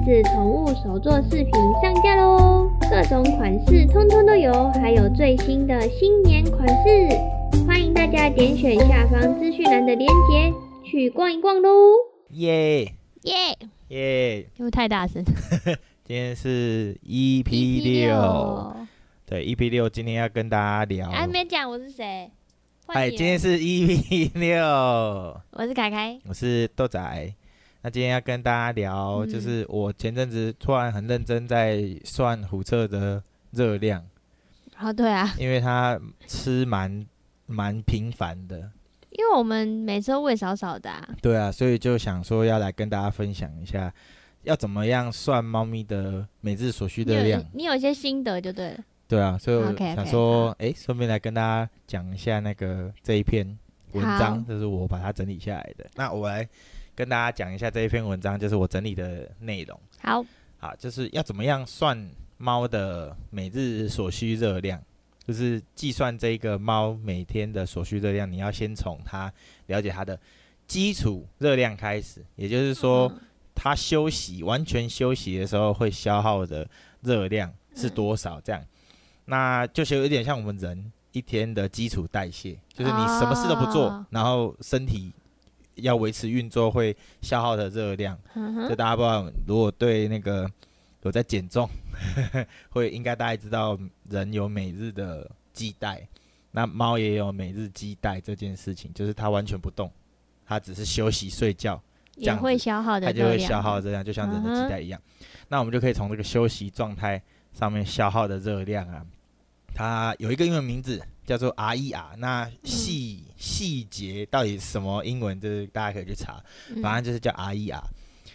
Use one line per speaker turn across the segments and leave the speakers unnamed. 自宠物手作饰品上架喽，各种款式通通都有，还有最新的新年款式，欢迎大家点选下方资讯栏的链接去逛一逛喽。
耶
耶！
耶！
因为太大声。
今天是 EP 六，对 EP 六，今天要跟大家聊。
还啊没讲我是谁？换
哎，
你
今
了
天是 EP 六，
我是凯凯。
我是豆仔。那今天要跟大家聊，
嗯
就是我前阵子突然很认真在算虎彻的热量，
哦，对啊，
因为它吃蛮蛮频繁的。
因为我们每次都喂少少的、啊，
对啊，所以就想说要来跟大家分享一下，要怎么样算猫咪的每日所需
你
热量
有。你有一些心得就对了。
对啊，所以我
OK，OK，
想说，哎、顺便来跟大家讲一下那个这一篇文章，
好
这是我把它整理下来的。那我来跟大家讲一下这一篇文章，就是我整理的内容。
好，
好，就是要怎么样算猫的每日所需热量，就是计算这个猫每天的所需热量，你要先从它了解它的基础热量开始，也就是说，
嗯
它休息完全休息的时候会消耗的热量是多少？这样，那就是有点像我们人一天的基础代谢，就是你什么事都不做，
哦
然后身体要维持运作会消耗的热量。
嗯
这
哼，
大家不知道，如果对那个有在减重， 会应该大家知道人有每日的基带，那猫也有每日基带这件事情，就是它完全不动，它只是休息睡觉，这
也
样子
会消耗的
它就
热
会
量，
消耗热量，就像人的
嗯哼
基带一样。那我们就可以从这个休息状态上面消耗的热量啊，它有一个英文名字叫做 RER，那
嗯
细、细节到底什么英文，就是大家可以去查。
嗯
反正就是叫 RER，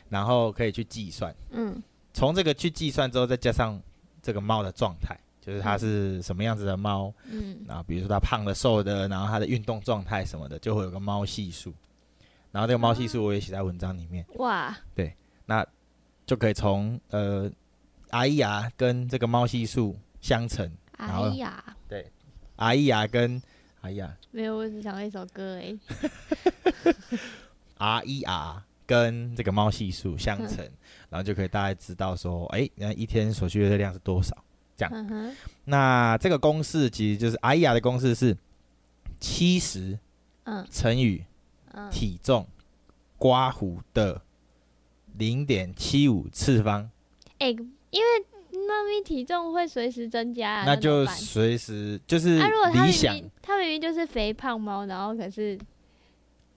然后可以去计算。
嗯
从这个去计算之后，再加上这个猫的状态，就是它是什么样子的猫，
嗯
然后比如说它胖的、瘦的，然后它的运动状态什么的，就会有个猫系数。然后这个猫系
啊
数我也写在文章里面，
哇，
就可以从呃 RER 跟这个猫系数相乘然
哎
后
呀，
，RER 跟哎 RER
没有，我只想到一首歌哎、
RER 啊跟这个猫系数相乘，然后就可以大概知道说，哎，那一天所需的热量是多少。
嗯哼，
那这个公式其实就是 i 雅的公式是七十
嗯
乘以
嗯，
体重刮胡的零点七五次方，
哎、因为猫咪体重会随时增加、啊，
那
怎么
就
办
随时就是
啊，如果它
理
明
想。
明它明明就是肥胖猫，然后可是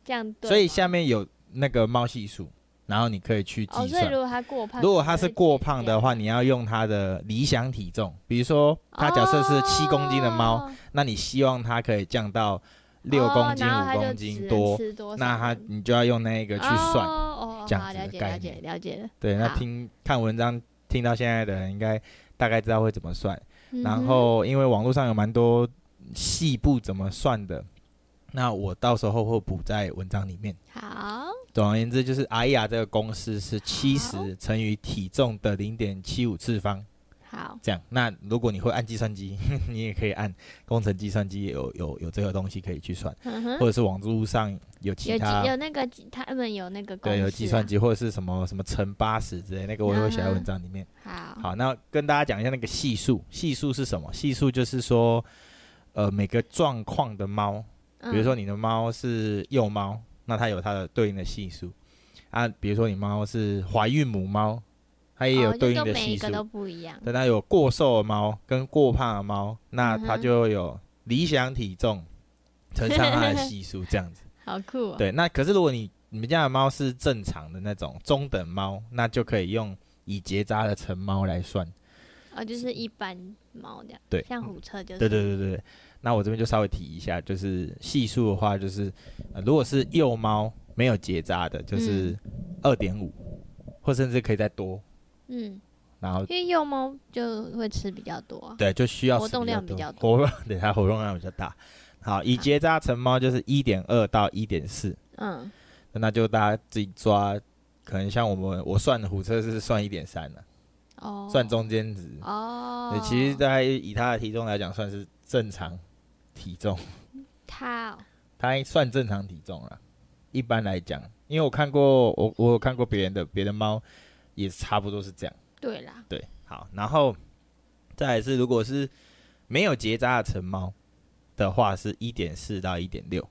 这样对吗，
所以下面有那个猫系数，然后你可以去
哦，
计
所以
算。
如果它过胖，
如果它是过胖的话，
就
你要用它的理想体重，比如说它假设是七公斤的猫，
会减，
那你希望它可以降到六
哦
公斤、
然后
五
它就
公
只
斤
能
多，
吃多少
那它
呢
你就要用那个去算。
哦，哦啊
这样
好
子
了
的
解
概
了解
念
了解了。
对，那
好
听看文章听到现在的人，应该大概知道会怎么算。
嗯
然
哼
后，因为网络上有蛮多细部怎么算的，那我到时候会补在文章里面。
好，
总而言之，就是阿雅这个公式是七
啊
十乘以体重的零点七五次方，
好，
这样。那如果你会按计算机， 你也可以按工程计算机有有有这个东西可以去算，
嗯
或
哼，
者是网络上有
有
其
计
他
有那个计他们有那个公
对有
式
计
啊
算，机或者是什么什么乘八十之类，那个我也会写在文章里面。
好，
好，那跟大家讲一下那个系数，系数是什么？系数就是说，呃，每个状况的猫，比如
嗯
说你的猫是幼猫，那它有它的对应的系数啊。比如说你猫是怀孕母猫，它也有
哦就
对应
都
的
每
系
一
数
个。都不一样，
对，它有过瘦的猫跟过胖的猫，那
嗯
它
哼
就有理想体重乘上它 的系数，这样子。
好酷哦。
对，那可是如果你你们家的猫是正常的那种中等猫，那就可以用以结扎的成猫来算。
哦，就是一般猫这样，
对
像虎彻就是，
对对对对对，那我这边就稍微提一下，就是系数的话，就是、呃、如果是幼猫没有结扎的，就是二点五，或甚至可以再多，
嗯，
然后
因为幼猫就会吃比较多啊，
对就需要
活
吃
动量
比
比较
多，活动 对它活动量比较大。好，已结扎成猫就是一点二到一点四，
嗯，
那就大家自己抓，可能像我们我算的虎车是算一点三的，
哦，
算中间值。
哦
对，，其实大概以它的体重来讲，算是正常体重。
它哦
它算正常体重了。一般来讲，因为我看过我我有看过别人的别的猫，也差不多是这样。
对啦，
对，好，然后再来是，如果是没有结扎的成猫的话，是一点四到一点六。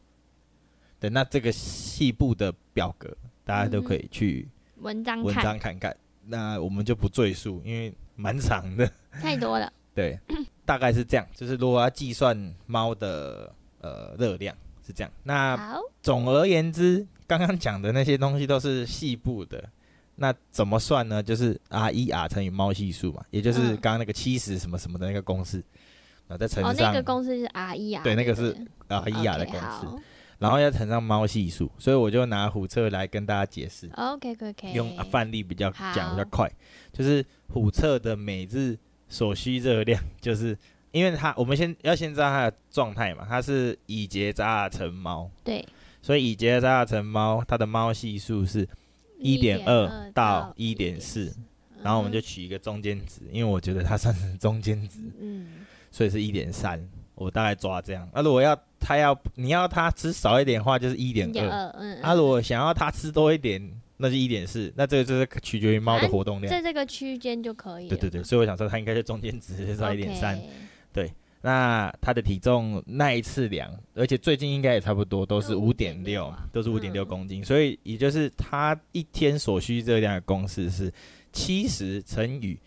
对，那这个细部的表格大家都可以去
文章
文
看
章看看，那我们就不赘述，因为蛮长的。
太多了，
对，大概是这样，就是如果要计算猫的呃热量是这样。那
好，
总而言之，刚刚讲的那些东西都是细部的。那怎么算呢？就是 R 一 R 乘以猫系数嘛，也就是
嗯
刚刚那个七十什么什么的那个公式，然后再乘
哦，那
上
个公式是 R E R，
对那个是 R 一 R 的公式，然后要乘上猫系数，所以我就拿虎彻来跟大家解释，
，OK OK 哦 OK，
用啊范例比较
好
讲比较快，就是虎彻的每日所需热量， 就是因为它我们先要先知道它的状态嘛，它是已结扎的成猫，
对，
所以已结扎的成猫，它的猫系数是一点二
1.2
到一点四，嗯然后我们就取一个中间值，因为我觉得它算是中间 值，
嗯，
所以是一点三，我大概抓这样。那、如果要它要你要它吃少一点的话，就是一点
一点
二；
二，嗯，
啊，如果想要它吃多一点，那就一点四。那这个就是取决于猫的活动量。
在这个区间就可以了，
对对对，所以我想说它应该是中间值，就是一点三。
OK，
那它的体重那一次量，而且最近应该也差不多都是
都
五点
5.6
六
啊，
都是五点六
嗯
公斤，所以也就是它一天所需热量的公式是七十乘以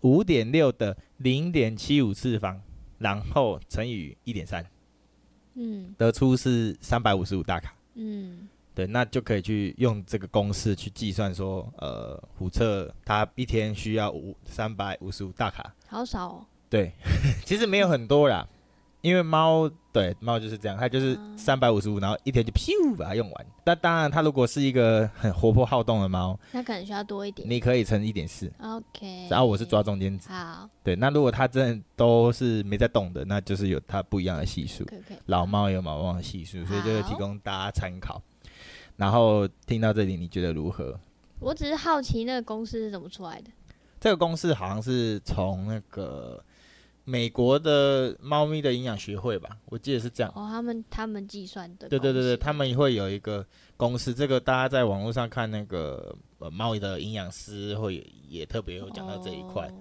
五点六的零点七五次方，然后乘以一点三，
嗯
得出是三百五十五大卡。
嗯，
对，那就可以去用这个公式去计算说，呃，虎彻它一天需要五三百五十五大卡，
好少哦，
对， 其实没有很多啦，因为猫对猫就是这样，它就是
嗯
三百五十五，然后一天就咻把它用完。但当然，它如果是一个很活泼好动的猫，
那可能需要多一点
你可以乘一点四。
，OK，
然后我是抓中间值，
好
对。那如果它真的都是没在动的，那就是有它不一样的系数。
可以可以，
老猫也有老猫的系数，所以就是提
好
供大家参考。然后听到这里，你觉得如何？
我只是好奇那个公式是怎么出来的，
这个公式好像是从那个美国的猫咪的营养学会吧，我记得是这样。
哦，他们他们计算的，
对对对对，他们会有一个公式，这个大家在网络上看那个呃猫的营养师会也特别有讲到这一块，
哦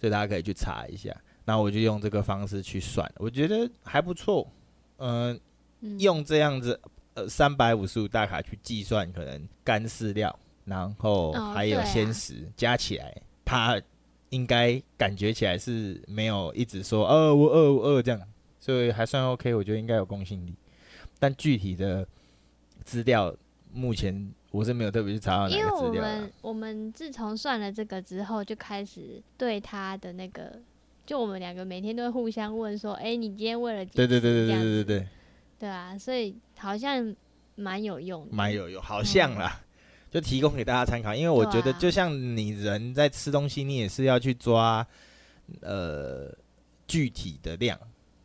所以大家可以去查一下。那我就用这个方式去算，我觉得还不错。嗯、
嗯
用这样子呃三百五十五大卡去计算，可能干饲料，然后
哦
还有
对啊
鲜食、加起来，它应该感觉起来是没有一直说呃我饿我饿这样，所以还算 OK，我觉得应该有公信力。但具体的资料目前我是没有特别去查到
因
哪
为
个
我
资料啊啦
们我们自从算了这个之后，就开始对他的那个，就我们两个每天都会互相问说，哎、你今天喂了几
对对对
次这
对
样
对
子
对对，
对啊，所以好像蛮有用的，
蛮有有好像啦，就提供给大家参考。因为我觉得
嗯对啊
就像你人在吃东西，你也是要去抓呃具体的量。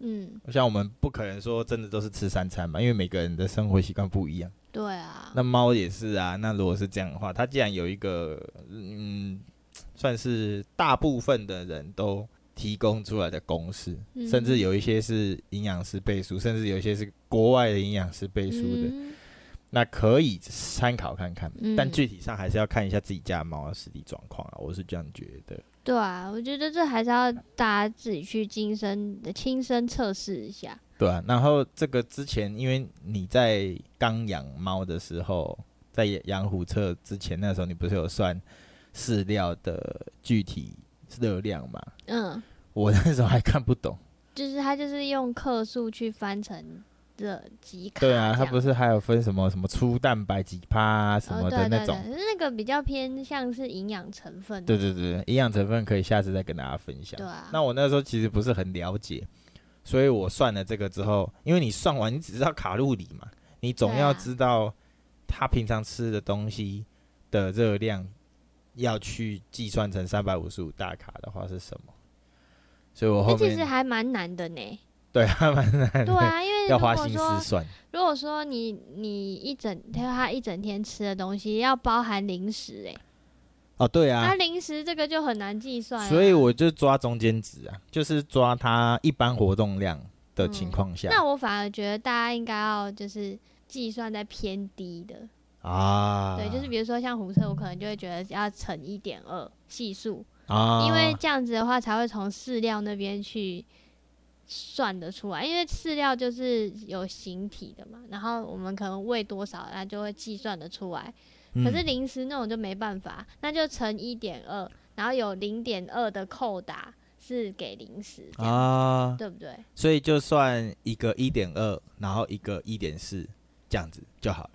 嗯，
像我们不可能说真的都是吃三餐嘛，因为每个人的生活习惯不一样。
对啊，
那猫也是啊，那如果是这样的话，它既然有一个嗯，算是大部分的人都提供出来的公式，
嗯
甚至有一些是营养师背书，甚至有一些是国外的营养师背书的，
嗯
那可以参考看看。
嗯
但具体上还是要看一下自己家的猫的实体状况啊，我是这样觉得。
对啊，我觉得这还是要大家自己去亲身亲身测试一下，
对啊，然后这个之前，因为你在刚养猫的时候，在养虎彻之前，那时候你不是有算饲料的具体热量嘛？
嗯，
我那时候还看不懂。
就是他就是用克数去翻成的几卡这
对
样，
啊，它不
是
是还有分什么什么粗蛋白几趴、啊、什么
哦、对
的
啊
那种？
对啊对啊那个比较偏向是营养成分的，
对对对，营养成分可以下次再跟大家分享
对。啊，
那我那时候其实不是很了解，所以我算了这个之后，因为你算完你只知道卡路里嘛，你总
对
要
啊
知道他平常吃的东西的热量要去计算成三百五十五大卡的话是什么。所以我后
那其实
面
还蛮难的呢。
对还蛮难
对
的，
啊，因为如
要花
果
心思
说
算。
如果说你你一整他他一整天吃的东西要包含零食哎、
哦，对
那、
啊，
零食这个就很难计算啊、
所以我就抓中间值啊，就是抓他一般活动量的情
嗯
况下。
那我反而觉得大家应该要就是计算在偏低的，
啊，
对，就是比如说像胡车，我可能就会觉得要乘一点二系数，
啊，
因为这样子的话才会从饲料那边去算得出来，因为饲料就是有形体的嘛，然后我们可能喂多少，那就会计算得出来。
嗯
可是零食那种就没办法，那就乘一点二，然后有零点二的扣打是给零食，这样、
啊，
对不对？
所以就算一个一点二，然后一个一点四，这样子就好了。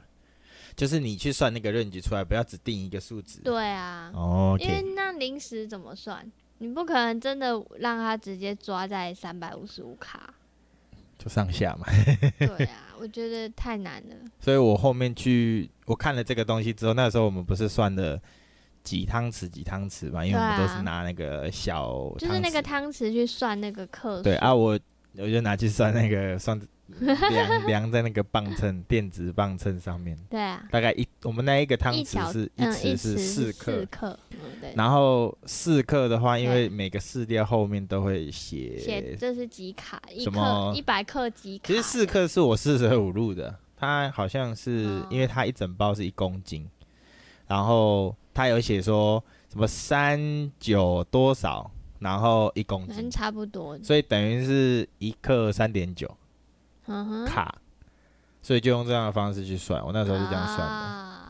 就是你去算那个 range 出来，不要只定一个数值。
对啊，
哦
因为
，OK，
那零食怎么算？你不可能真的让它直接抓在三百五十五卡，
就上下嘛。
对啊，我觉得太难了。
所以我后面去我看了这个东西之后，那时候我们不是算的几汤匙几汤匙嘛，因为我们
对
都
啊
是拿那个小汤匙，
就是那个汤匙去算那个克数，
对啊，我我就拿去算那个算量 量在那个磅秤电子磅秤上面，
对啊，
大概一我们那一个汤
一
匙
条
是一
嗯
匙
匙
是四克
四，克，嗯对，
然后四克的话，因
对
为每个饲料后面都会写，
写这是几卡，一
什
克
么
一百克几卡，
其实四克是我四舍五入的，它好像是、
哦
因为它一整包是一公斤，然后它有写说什么三九多少，然后一公
可
斤
能，差不多，
所以等于是一克三点九
嗯哼，
卡，所以就用这样的方式去算，我那时候是这样算的，
啊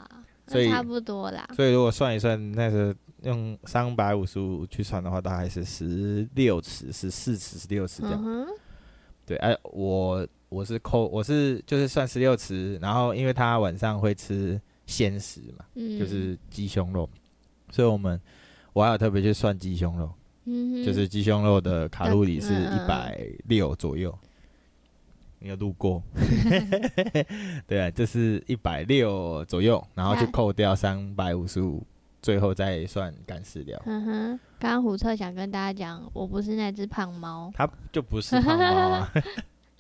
那
所以
差不多啦，
所以如果算一算，那时候用三百五十五去算的话，大概是十六尺、十四尺、十六尺这样。
嗯哼，
对，哎、我我是扣，我是就是算十六匙，然后因为他晚上会吃鲜食嘛，
嗯，
就是鸡胸肉，所以我们我还有特别去算鸡胸肉，
嗯哼，
就是鸡胸肉的卡路里是
嗯嗯
一百六左右。你有路过， 对啊，这是一百六左右，然后就
那
扣掉三百五十五，最后再算干饲料，
嗯哼，刚刚虎彻想跟大家讲，我不是那只胖猫，
它就不是胖猫啊。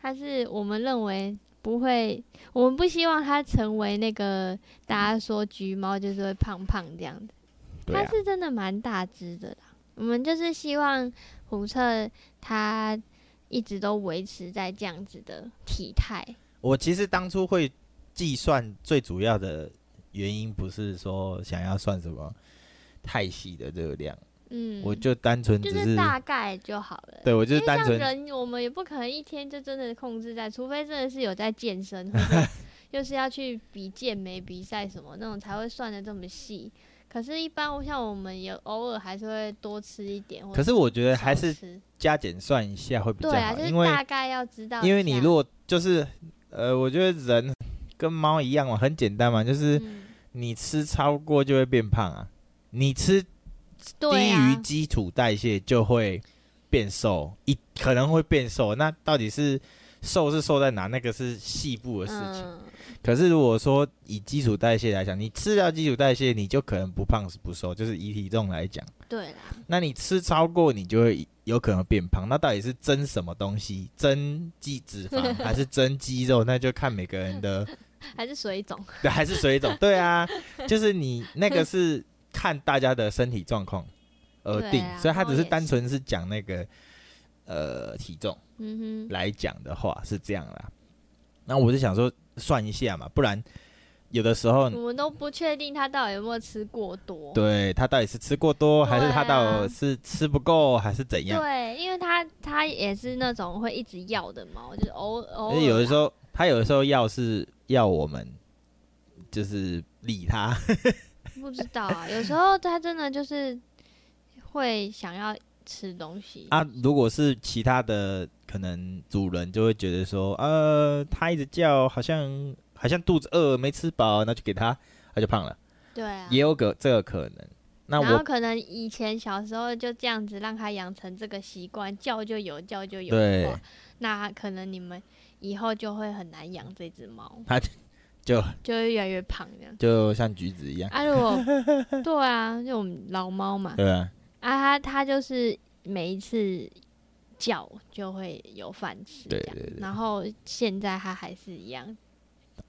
它是我们认为不会，我们不希望它成为那个大家说橘猫就是会胖胖这样子，
对
它
啊，
是真的蛮大只的啦。我们就是希望虎彻它一直都维持在这样子的体态，
我其实当初会计算最主要的原因，不是说想要算什么太细的热量，
嗯，
我就单纯
就
只
是大概就好了。
对我就
因
是
为
单
像
纯
人，我们也不可能一天就真的控制在，除非真的是有在健身，或 者又是要去比健美比赛什么那种才会算的这么细。可是，一般像我们也偶尔还是会多吃一点，或
可
者
是我觉得还
少
是
吃
加减算一下会比较
对啊，
好，
就是
因为
大概要知道一下，
因为你如果就是呃，我觉得人跟猫一样嘛，很简单嘛，就是
嗯
你吃超过就会变胖啊，你吃
对
低于
啊，
基础代谢就会变瘦，一可能会变瘦。那到底是瘦是瘦在哪？那个是细部的事情。
嗯，
可是如果说以基础代谢来讲，你吃掉基础代谢，你就可能不胖是不瘦，就是以体重来讲。
对啦，
那你吃超过，你就会有可能变胖。那到底是增什么东西？增肌 脂肪还是增肌肉？那就看每个人的，
还是水肿，
对 还是 水肿。对啊，就是你那个是看大家的身体状况而
对
定，
啊
所以他只
猫也
是
是
单纯是讲那个呃体重。
嗯哼，
来讲的话是这样啦。那我就想说算一下嘛，不然有的时候
我们都不确定他到底有没有吃过多，
对他到底是吃过多，还是他
对啊
到底是吃不够，还是怎样？
对，啊因为它它也是那种会一直要的猫，就是偶偶
而
尔啊
且有的
啦
时候他有的时候要是要我们就是理他，
不知道啊，有时候它真的就是会想要吃东西，
啊，如果是其他的可能主人就会觉得说，呃，他一直叫，好像好像肚子饿没吃饱，那就给他，他就胖了，
对啊。
也有个这个可能。那
然后
我
可能以前小时候就这样子让它养成这个习惯，叫就有，叫就有的
对
话，那可能你们以后就会很难养这只猫，
他就
就会越来越胖这样。
就像橘子一样，
啊，如果 对啊，这种老猫嘛，
对啊。
啊，它它就是每一次叫就会有饭吃，
对
这样
对对
然后现在它还是一样，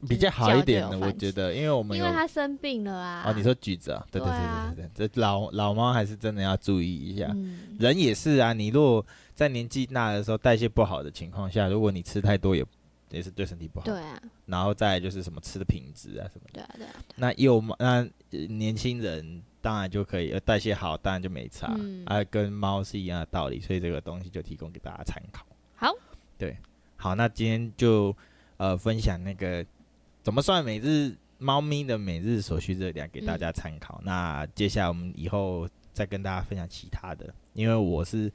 比较好一点
比较
的，
有
我
饭
觉得，因为我们
因
有
为它生病了啊。
哦，你说橘子啊，对对
对啊
对对对，这老老猫还是真的要注意一下。
嗯，
人也是啊，你如果在年纪大的时候代谢不好的情况下，如果你吃太多也也是对身体不好。
对啊，
然后再来就是什么吃的品质啊什么的。
对啊，对啊，对啊
那幼猫，那呃年轻人当然就可以，呃，代谢好，当然就没差、
嗯
啊，跟猫是一样的道理，所以这个东西就提供给大家参考。
好，
对，好，那今天就呃分享那个怎么算每日猫咪的每日所需热量给大家参
嗯
考。那接下来我们以后再跟大家分享其他的，因为我是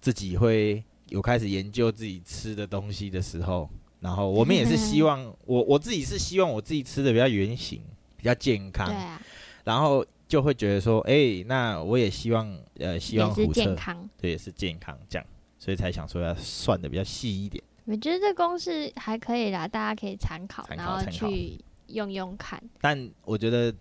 自己会有开始研究自己吃的东西的时候，然后我们也 是希望我我自己是希望我自己吃的比较圆形，比较健康
对，啊，
然后就会觉得说，哎、那我也希望呃希望
也是
虎
健
彻
康。
对也是健康这样，所以才想说要算的比较细一点。
我觉得这公式还可以啦，大家可以参考，
参考
然后
参考
去用用看。
但我觉得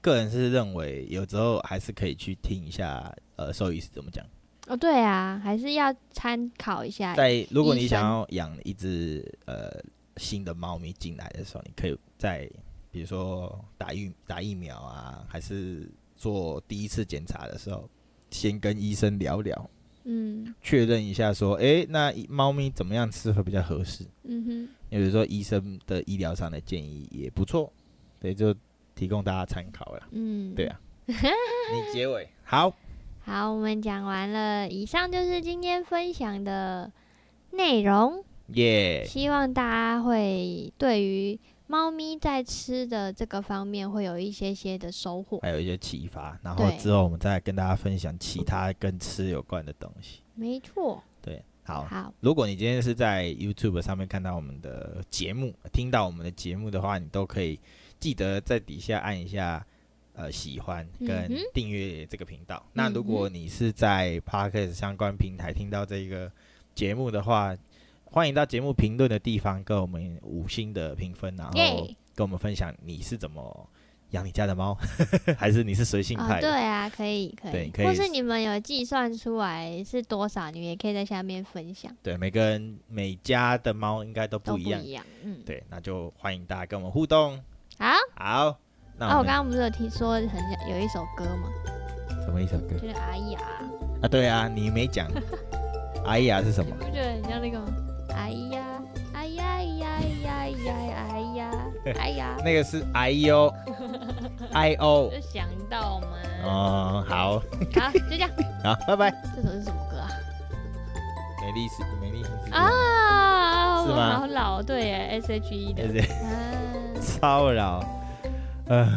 个人是认为，有时候还是可以去听一下呃兽医师怎么讲。
哦，对啊，还是要参考一下。
在如果
哎医
你
生
想要养一只呃新的猫咪进来的时候，你可以在比如说打疫打疫苗啊，还是做第一次检查的时候，先跟医生聊聊，
嗯
确认一下说，哎、那一猫咪怎么样吃会比较合适？
嗯
有时候医生的医疗上的建议也不错，对，就提供大家参考了。
哼，嗯，
对啊，你结尾好，
好，我们讲完了，以上就是今天分享的内容，
耶、
希望大家会对于猫咪在吃的这个方面会有一些些的收获。
还有一些启发，然后
对
之后我们再跟大家分享其他跟吃有关的东西。
没错，
对，好，
好，
如果你今天是在 YouTube 上面看到我们的节目，呃听到我们的节目的话，你都可以记得在底下按一下呃喜欢
嗯
跟
哼嗯
订阅这个频道。那如果你是在 Podcast 相关平台听到这个节目的话，欢迎到节目评论的地方给我们五星的评分，然后
耶
跟我们分享你是怎么养你家的猫， 还是你是随性
哦，
派
对
的？
啊，可以可
对
以，
可以
或是你们有计算出来是多少，你们也可以在下面分享，
对，每个人每家的猫应该都
都不
不一样。
一样。嗯，
对，那就欢迎大家跟我们互动。
好，
好，那
啊，
我
我
们、
刚刚不是有听说很像有一首歌嘛，
什么一首歌
就是哎呀。
啊？对啊，你没讲。哎呀是什
你
么？
不觉得很像那个吗？哎呀，哎呀哎呀哎呀哎呀哎呀，哎 呀，
那个是哎呦，哎哦
就，想到嘛。
哦，好，
好，就这样。
好，拜拜。
这首是什么歌 啊？
美丽是美丽是
啊，
是
我
吗
好老，对耶，S H E
对
的。
对，
啊
骚扰，嗯、